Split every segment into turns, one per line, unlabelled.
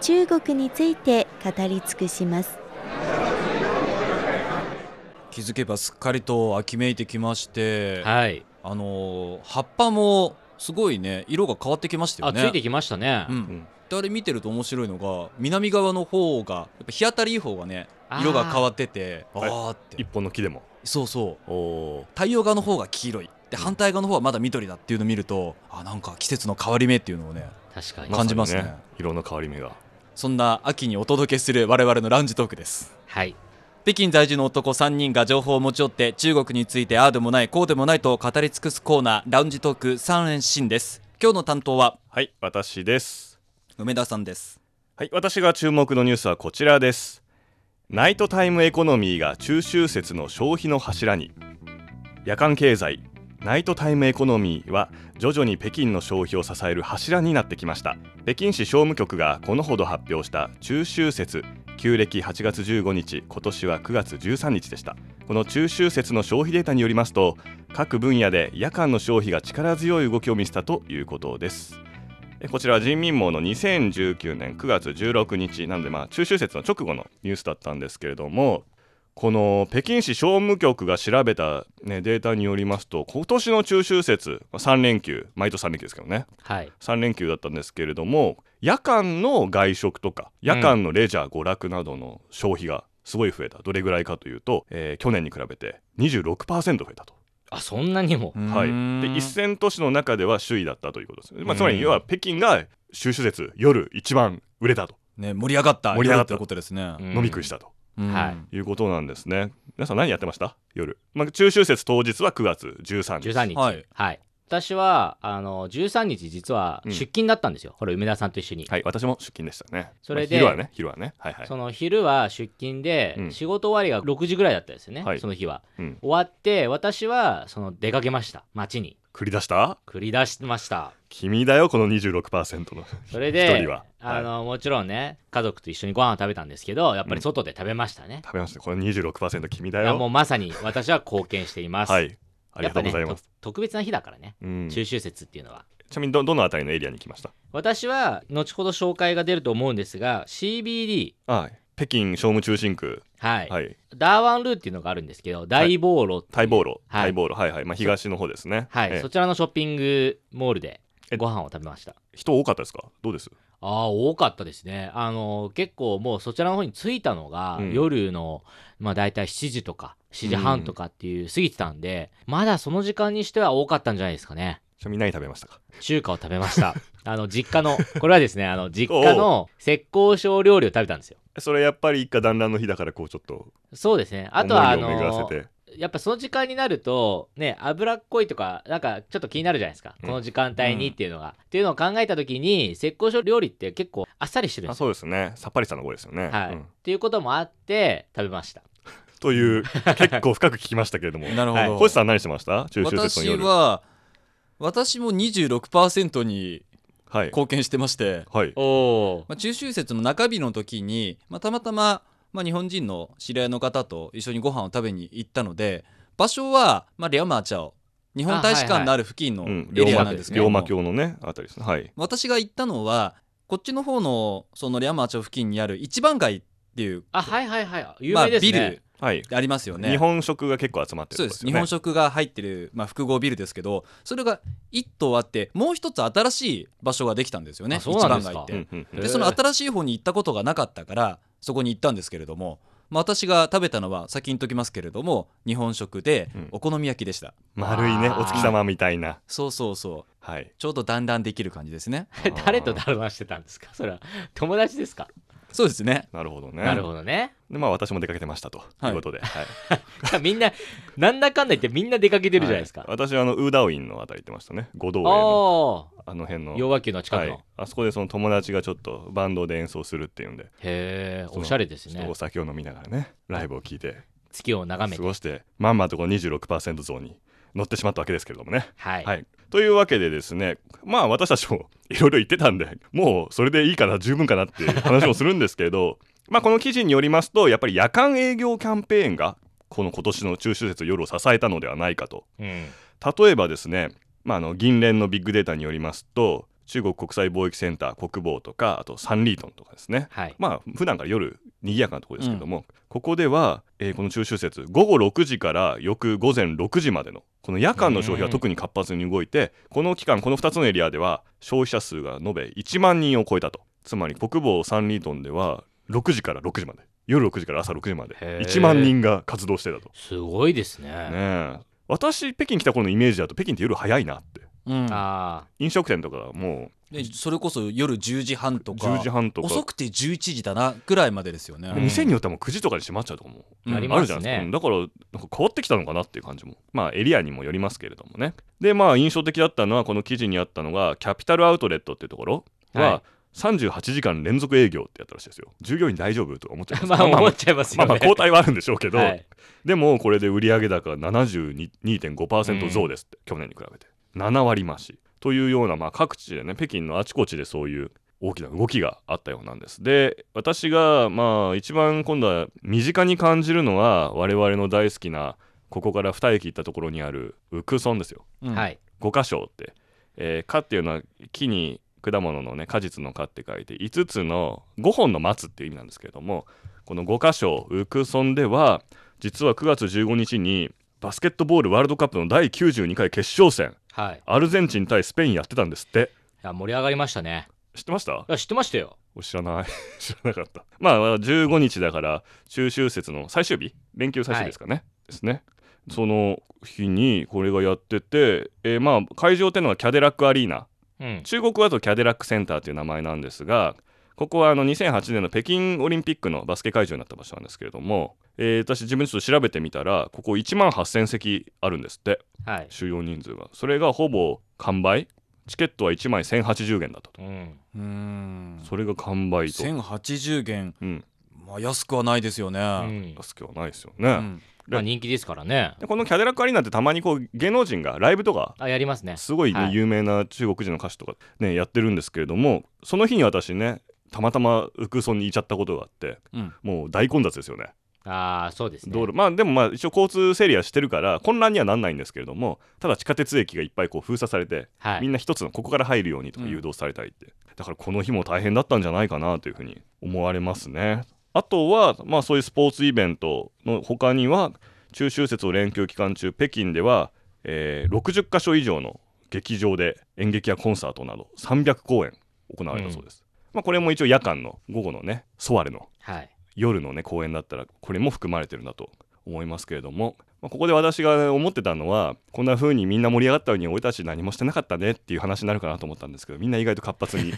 中国について語り尽くします。
気づけばすっかりと秋めいてきまして、
はい。
あのー葉っぱもすごいね色が変わってきましたよ
あ、つ
ね
いてきましたね。
うんであれ見てると面白いのが南側の方がやっぱ日当たりいい方がね
あー
色が変わっててあ
はい
ーって、
一本の木でも
そうそう
おー
太陽側の方が黄色いで反対側の方はまだ緑だっていうのを見るとあなんか季節の変わり目っていうのをね
確かに。
ま感じますね
さに色の変わり目が
そんな秋にお届けする我々のラウンジトークです
はい。
北京在住の男3人が情報を持ち寄って中国についてああでもないこうでもないと語り尽くすコーナーラウンジトーク3連新です今日の担当は
はい私です
梅田さんです
はい私が注目のニュースはこちらですナイトタイムエコノミーが中秋節の消費の柱に夜間経済ナイトタイムエコノミーは徐々に北京の消費を支える柱になってきました北京市商務局がこのほど発表した中秋節旧暦8月15日今年は9月13日でしたこの中秋節の消費データによりますと各分野で夜間の消費が力強い動きを見せたということですえこちらは人民網の2019年9月16日なのでまあ中秋節の直後のニュースだったんですけれどもこの北京市商務局が調べた、ね、データによりますと今年の中秋節3連休毎年3連休ですけどね
はい。
3連休だったんですけれども夜間の外食とか夜間のレジャー娯楽などの消費がすごい増えたどれぐらいかというと、えー去年に比べて26%増えたと。
あ、そんなにも。
はい、で1000都市の中では首位だったということです、まあ、つまり要は北京が収集節夜一番売れたと、
ね盛り上がった
盛り上がった
ということですね、
うん
飲み食いしたと
うん
はい
いうことなんですね皆さん何やってました夜、まあ、中秋節当日は9月13日
13日。
は
はいい。私は、あの、13日実は
うん
出勤だったんですよ。これ、梅田さんと一緒に。
はい私も出勤でしたね
それで
まあ昼はね昼はねはいはい
その昼は出勤で、
うん
仕事終わりが6時ぐらいだったんですよね、
はい
その日は、
うん
終わって私はその出かけました街に
繰り出した
繰り出しました
君だよこの26%の
それ
一
で
人は
あの、もちろんね家族と一緒にご飯を食べたんですけどやっぱり外で食べましたね、
食べましたこの26%君だ
いやも
よ
うまさに私は貢献しています、
はいあり
や
が
っ
と
ぱ
うござい
ね
ま
と
す、
特別な日だからね、
うん、
中
ち
秋節っていうのは
なみにどどのあたりのエリアに来ました
私は後ほど紹介が出ると思うんですが CBD
はい北京商務中心区
はい、
はい
ダーワンルーっていうのがあるんですけど大暴露っていう
大暴露
はい
大暴露はいはいまあ東の方ですね
はい、
ええ
そちらのショッピングモールで
え
ご飯を食べました
人多かったですかどうです
ああ多かったですねあの結構もうそちらの方に着いたのが、
うん
夜のまあ大体7時とか7時半とかっていう過ぎてたんで、まだその時間にしては多かったんじゃないですかね
ちなみに何食べましたか
中華を食べました あの実家のこれはですねあの実家の浙江省料理を食べたんですよ
それやっぱり一家団らんの日だからこうちょっと
そうですねあ
思い
とはあ
を巡らせ
の
て
やっぱその時間になるとね脂っこいとかなんかちょっと気になるじゃないですか、
うん
この時間帯にっていうのが、っていうのを考えた時に浙江省料理って結構あっさりしてるん
あ
ですよ
そうですねさっぱりしたの方ですよね
はい、
う
っ
ん
ていうこともあって食べました
という結構深く聞きましたけれども
なるほど
はい星さん何してました中秋節の
私
夜
は私も26%に
はい
貢献してまして、
はい
おお
まあ、中秋節の中日の時に、まあ、たまたま、まあ、日本人の知り合いの方と一緒にご飯を食べに行ったので場所は、まあ、リャマーチャオ日本大使館のある付近の
うん
エ
龍
リア
馬
なんですけ
龍
ども、
馬峡のねあたりですねはい
私が行ったのはこっちの方のそのリャマーチャオ付近にある一番街っていう、
あはいはいはい有
まあ、
名です
ビ
ね、
ル
はい
ありますよね
日本食が結構集まって
そう
る
です
とこ
日
よね
本食が入ってる、まあ、複合ビルですけどそれが1棟あってもう一つ新しい場所ができたんですよね
あそうなんですか
一番街って、
うんうんうん
へ
で
え
その新しい方に行ったことがなかったからそこに行ったんですけれども、まあ、私が食べたのは先に言っときますけれども日本食で
うん
お好み焼きでした、
丸いね
あー
お月様みたいな
そうそうそう
はい
ちょうどだんだんできる感じですね
誰と談話してたんですかそれは友達ですか
そうですね
なるほどね
なるほどね。
でまあ私も出かけてましたということで、はい
じゃあみんな、なんだかんだ言ってみんな出かけてるじゃないですか。
は私はあのウーダウインのあたり行ってましたね五道
あ
園
あ
の
ー、
あの辺の
洋楽球の近くの。
はい、あそこでその友達がちょっとバンドで演奏するっていうんで
へえ、
その
おしゃれです
ちょっと
ね
お。酒を飲みながらねライブを聴いて
月を眺め
過
て。
ごしてまんまとこの26%ゾーンに乗ってしまったわけですけれどもね。
はい。
はい、というわけでですねまあ私たちもいろいろ言ってたんでもうそれでいいかな十分かなっていう話をするんですけど まあこの記事によりますとやっぱり夜間営業キャンペーンがこの今年の中秋節夜を支えたのではないかと
うん。
例えばですね、まあ、あの銀連のビッグデータによりますと中国国際貿易センター国防とかあとサンリートンとかですね
はい。
まあ普段から夜賑やかなところですけども、ここでは、えーこの中秋節午後6時から翌午前6時までのこの夜間の消費が特に活発に動いて、この期間この2つのエリアでは消費者数が延べ1万人を超えたとつまり国防サンリートンでは6時から6時まで夜6時から朝6時まで
へー
1万人が活動してたと。
すごいですね。
ねえ私北京来た頃のイメージだと北京って夜早いなって
うん
あ
飲食店とかも
でそれこそ夜10時半と
う
か
10時半とか
遅くて11時だなぐらいまでですよね、
う
で
ん
店によってはもう9時とかに閉まっちゃうとかも
うん
あり
あ
ま
るじゃ
す
ないですか、う
ね
ん。だからなんか変わってきたのかなっていう感じもまあエリアにもよりますけれどもねでまあ印象的だったのはこの記事にあったのがキャピタルアウトレットっていうところ
は
は38時間連続営業ってやったらしいですよ従業員大丈夫とか思っちゃい ます
まあ思っちゃいます
ま
よ
あまあ
ね。
交代はあるんでしょうけど、
はい
でもこれで売上高が72.5%増ですって、去年に比べて7割増しというような、まあ、各地でね北京のあちこちでそういう大きな動きがあったようなんですで私がまあ一番今度は身近に感じるのは我々の大好きなここから2駅行ったところにあるウクソンですよ
うん
はい。
五箇所って、えー、果っていうのは木に果物のね果実の果って書いて5つの5本の松っていう意味なんですけれどもこの五箇所ウクソンでは実は9月15日にバスケットボールワールドカップの第92回決勝戦
はい。
アルゼンチン対スペインやってたんですって
いや盛り上がりましたね。
知ってました
いや知ってましたよ。
お知らない 知らなかったまあ15日だから中秋節の最終日連休最終日ですかね、ですねその日にこれがやってて、えーまあ会場っていうのはキャデラックアリーナ
うん。
中国はとキャデラックセンターという名前なんですがここはあの2008年の北京オリンピックのバスケ会場になった場所なんですけれども、えー私自分ちょっと調べてみたらここ1万8000席あるんですって
はい。
収容人数がそれがほぼ完売チケットは1枚1080元だったと
うん。
うーん
それが完売と、
1080元、
うん、
まあ、安くはないですよね、
うん
安くはないですよね、
うん
まあ人気ですからね。
でこのキャデラックアリーナってたまにこう芸能人がライブとか
あやりますね。
すごい、ね
はい
有名な中国人の歌手とかねやってるんですけれどもその日に私ねたまたまウクソンにいちゃったことがあって
うん
もう大混雑ですよね
ああそうですね。
道路まあでもまあ一応交通整理はしてるから混乱にはなんないんですけれどもただ地下鉄駅がいっぱいこう封鎖されて、
はい。
みんな一つのここから入るようにとか
うん
誘導されたりって、だからこの日も大変だったんじゃないかなというふうに思われますねあとはまあそういうスポーツイベントの他には中秋節を連休期間中北京では、えー60か所以上の劇場で演劇やコンサートなど300公演行われたそうです、まあこれも一応夜間の午後のねソワレの
はい。
夜のね公演だったらこれも含まれてるんだと思いますけれども、まあ、ここで私が思ってたのはこんな風にみんな盛り上がったのに俺たち何もしてなかったねっていう話になるかなと思ったんですけどみんな意外と活発に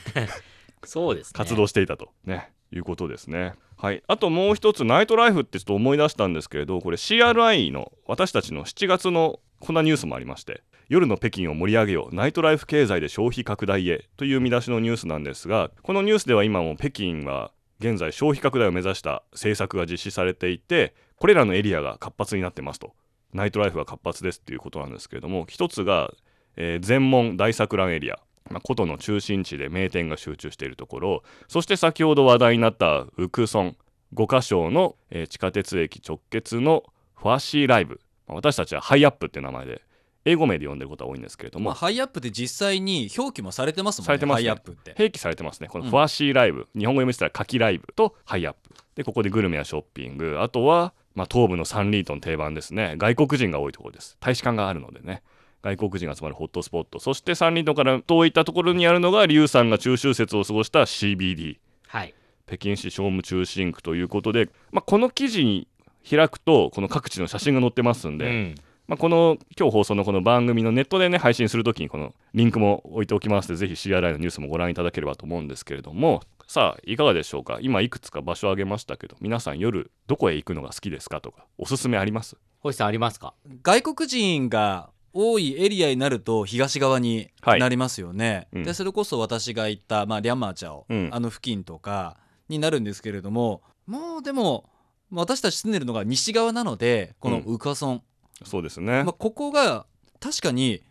そうですね。
活動していたとねいうことですね。はい、あともう一つナイトライフってちょっと思い出したんですけれどこれ CRI の私たちの7月のこんなニュースもありまして夜の北京を盛り上げようナイトライフ経済で消費拡大へという見出しのニュースなんですがこのニュースでは今も北京は現在消費拡大を目指した政策が実施されていてこれらのエリアが活発になってますとナイトライフが活発ですっていうことなんですけれども一つが、えー全門大錯乱エリア、まあ、古都の中心地で名店が集中しているところそして先ほど話題になったウクソン五箇所の、えー地下鉄駅直結のファシーライブまあ私たちはハイアップって名前で英語名で呼んでることは多いんですけれど
まあ、
も
ハイアップで実際に表記もされてますもんね
されてます
ハ
ね
イアップって
併記されてますねこのファーシーライブ、日本語読みしたら「柿ライブ」と「ハイアップ」でここでグルメやショッピングあとは、まあ、東部のサンリートン定番ですね外国人が多いところです大使館があるのでね外国人が集まるホットスポットそしてサンリートンから遠いったところにあるのが劉さんが中秋節を過ごした CBD
はい。
北京市商務中心区ということで、まあ、この記事に開くとこの各地の写真が載ってますん
う
で、
ん。
まあ、この今日放送のこの番組のネットでね配信するときにこのリンクも置いておきますのでぜひ CRI のニュースもご覧いただければと思うんですけれどもさあいかがでしょうか今いくつか場所を挙げましたけど皆さん夜どこへ行くのが好きですかとかおすすめあります
星さんありますか
外国人が多いエリアになると東側に
はい
なりますよね、
うん
でそれこそ私が行った、まあ、リャンマーチャオ、
うん
あの付近とかになるんですけれどももうでも私たち住んでるのが西側なのでこの
うん
ウカソン、
そうですね、
まあ、ここが確かに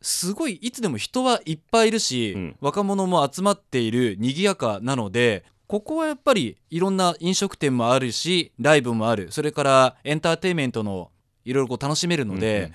すごいいつでも人はいっぱいいるし、
うん
若者も集まっている賑やかなのでここはやっぱりいろんな飲食店もあるしライブもあるそれからエンターテインメントのいろいろこう楽しめるので、
うんうん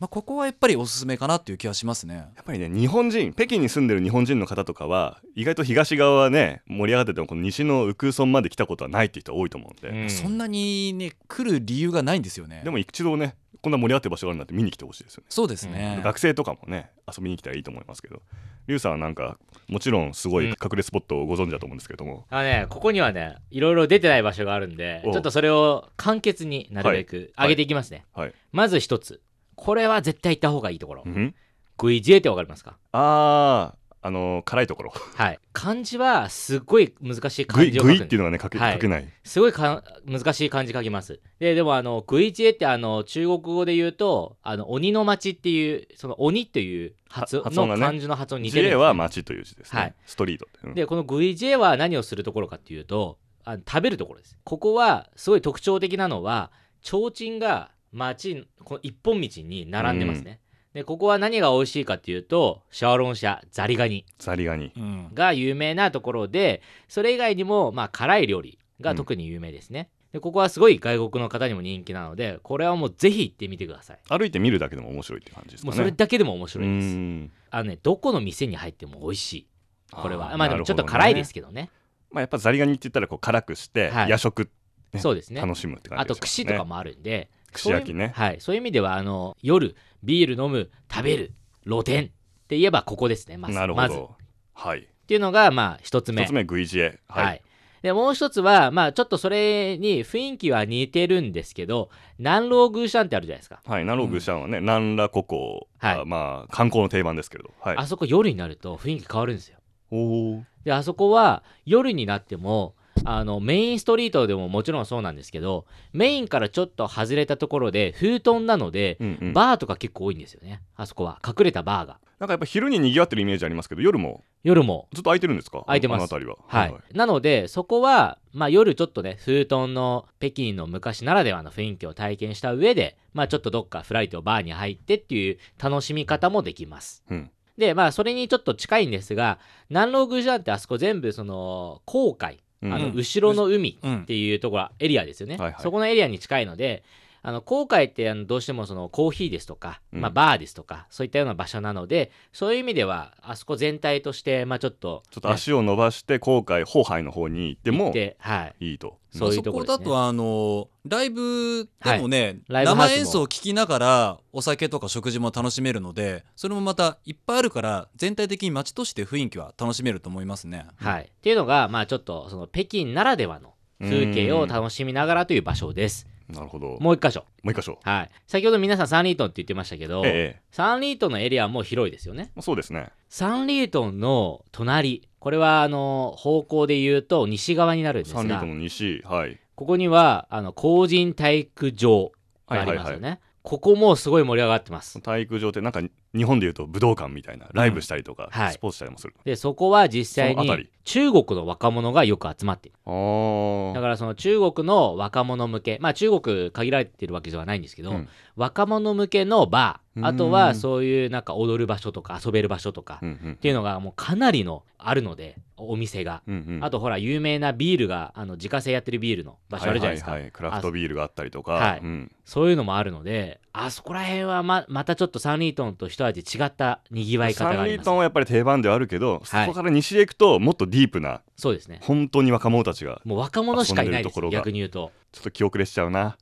まあ、ここはやっぱりおすすめかなっていう気はしますね。
やっぱりね日本人北京に住んでる日本人の方とかは意外と東側はね盛り上がっててもこの西のウクーソンまで来たことはないって人多いと思うんで、
うん
そんなにね来る理由がないんですよね。
でも一度ねこんな盛り上がってる場所があるなんて見に来てほしいですよね、
そうですね、
学生とかもね遊びに来たらいいと思いますけどリュウさんはなんかもちろんすごい
うん
隠れスポットをご存知だと思うんですけども、
あのね、ここにはね、いろいろ出てない場所があるんで、ち
お
ょっとそれを簡潔になるべく
は
上
い
げていきますね。
はい
まず一つ。これは絶対行った方がいいところ
う。ん、
グイジエってわかりますか
あーあのー辛いところ
はい。漢字はすっごい難しい
グ
漢
イ
字を
グイ
書
っ
く
ていうのがね書け,、
はい
書けない
すごいか難しい漢字書きます。で、でもあの、グイジエってあの、中国語で言うと、あの、鬼の町っていう、その鬼という発
は発音が
の
ね
漢字の発音に似
ジ
てるんです
エ
ね
は街という字ですね、
はい
ストリートって、うん
でこのグイジェは何をするところかっていうとあの食べるところですここはすごい特徴的なのは提灯が街にこの一本道に並んでますね、でここは何が美味しいかっていうとシャオロン社ザリガニ
ザリガニ
うん
が有名なところでそれ以外にもまあ辛い料理が特に有名ですね、でここはすごい外国の方にも人気なのでこれはもうぜひ行ってみてください
歩いて見るだけでも面白いっていう感じですか
もう
ね
それだけでも面白いです
うん
あのねどこの店に入っても美味しいこれは
ー
まあでもちょっと辛いです
なるほどね
けどね
まあ、やっぱザリガニって言ったらこう辛くして
はい
夜食ね
そうですね
楽しむって感
あ
じ
と
です
串
よ
と
ね、
かもあるんで、
串焼きね
そういうはい、そういう意味ではあの夜ビール飲む食べる露店って言えばここですねまず
なるほ
まずっ
ど、はい
ていうのがまあ一つ目
一つ目グイジエ
はい、
はい、
でもう一つはまあちょっとそれに雰囲気は似てるんですけど南老宮シャンってあるじゃないですか、
はい、ナログシャンはね、ナンラココ、
はい
まあ観光の定番ですけれどはい
あそこ夜になると雰囲気変わるんですよ
おー
であそこは夜になってもあのメインストリートでももちろんそうなんですけどメインからちょっと外れたところで封筒なので、
うんうん、なんか
バーとか結構多いんですよねあそこは隠れたバーが
やっぱ昼に賑わってるイメージありますけど夜も
夜も。
ずっと空いてるんですか
空いてます
あの辺りは
はい、なのでそこは、まあ、夜ちょっとねフートンの北京の昔ならではの雰囲気を体験した上で、まあ、ちょっとどっかフライトバーに入ってっていう楽しみ方もできます
うん
でまあそれにちょっと近いんですが南ログジャンってあそこ全部その航海
うん
あの
うん
後ろの海
うん
っていうところエリアですよね、
はいはい
そこのエリアに近いのであの航海ってあのどうしてもそのコーヒーですとか、
うん
まあ、バーですとかそういったような場所なのでそういう意味ではあそこ全体として、まあ、ちょっと
ちょっと足を伸ばして後海ホーハイの方に行っても
で、はい、
いいと
そういうところです
そ
ね
こだとあのライブでもね、
ライブハウス
生
も
演奏を聴きながらお酒とか食事も楽しめるのでそれもまたいっぱいあるから全体的に街として雰囲気は楽しめると思いますね。
はい、っていうのが、まあ、ちょっとその北京ならではの風景を楽しみながらという場所です。
なるほども
もう一箇所、
う一箇所
はい、先ほど皆さんサンリートンって言ってましたけど、
ええ
サンリートンのエリアも広いですよね。
そうですね
サンリートンの隣、これはあの方向で言うと西側になるんです
サンリー
が
ト、の西はい
ここにはあの工人体育場がありますよね。ここもすごい盛り上がってます。
体育場ってなんか日本でいうと武道館みたいなライブしたりとか、
はい
スポーツしたりもする、
で、そこは実際
その辺
に
り
中国の若者がよく集まっている。
あ
だ
ー
からその中国の若者向け、まあ中国限られてるわけではないんですけど、
うん
若者向けのバ
う
ー、
ん
あとはそういうなんか踊る場所とか遊べる場所とか
う
っ
んうん
ていうのがもうかなりのあるので、お店が。
うんうん
あとほら有名なビールが、あの自家製やってるビールの場所あるじゃないですか。
はははクラフトビールがあったりとか、
はい
うん
そういうのもあるので、あそこら辺はままたちょっとサンリートンと一味違った賑わい
サ
方が
ン
あ
リ
り
ー
ま
ト
す。
ンはやっぱり定番ではあるけど、
はい
そこから西へ行くともっとディープな
そうですね。
本当に若者たちが
もう若者しかいない
遊ん
で
でるとこ
す
ろが
逆に言うと。
ちょっと気遅れしちゃ うな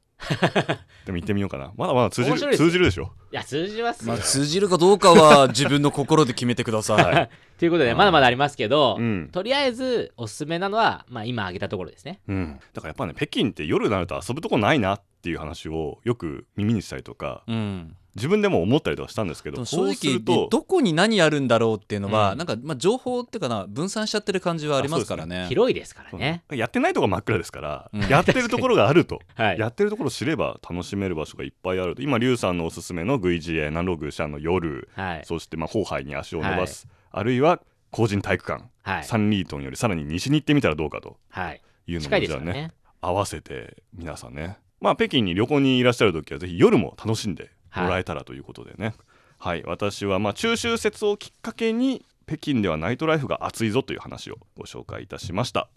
でも行ってみようかなまだまだ通じ
面白
る
いですよ
通じるでしょ
いや、通じますよ
まあ、通じるかどうか は自分の心で決めてください。
ということで、
うん
まだまだありますけど、
うん
とりあえずおすすめなのは、まあ、今挙げたところですね。
うん、だからやっぱね北京って夜になると遊ぶとこないなっていう話をよく耳にしたりとか
うん
自分でも思ったりとかしたんですけ
で
ど
も
そう
正
する
直
と
どこに何あるんだろうっていうのは、
うん
なんか、まあ、情報っていうかな分散しちゃってる感じはありますからね。
広いですからね。
うんやってないとこ真っ暗ですから、
うん
やってるところがあると
はい。
やってるところを知れば楽しめる場所がいっぱいあると今リュウさんのおすすめの VGA ナログ社の夜、
はい。
そしてまあ方杯に足を伸ばす、あるいは個人体育館、
はい。
サンリートンよりさらに西に行ってみたらどうかと
はい。
いうの
近
も
いで
じ
す
ゃ
か
あ
ら
ね
ね。
合わせて皆さんねまあ北京に旅行にいらっしゃる時はぜひ夜も楽しんでもらえたらということでねはい、私はまあ中秋節をきっかけに北京ではナイトライフが熱いぞという話をご紹介いたしました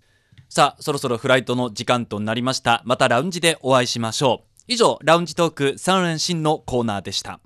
さあそろそろフライトの時間となりましたまたラウンジでお会いしましょう以上ラウンジトーク三連新のコーナーでした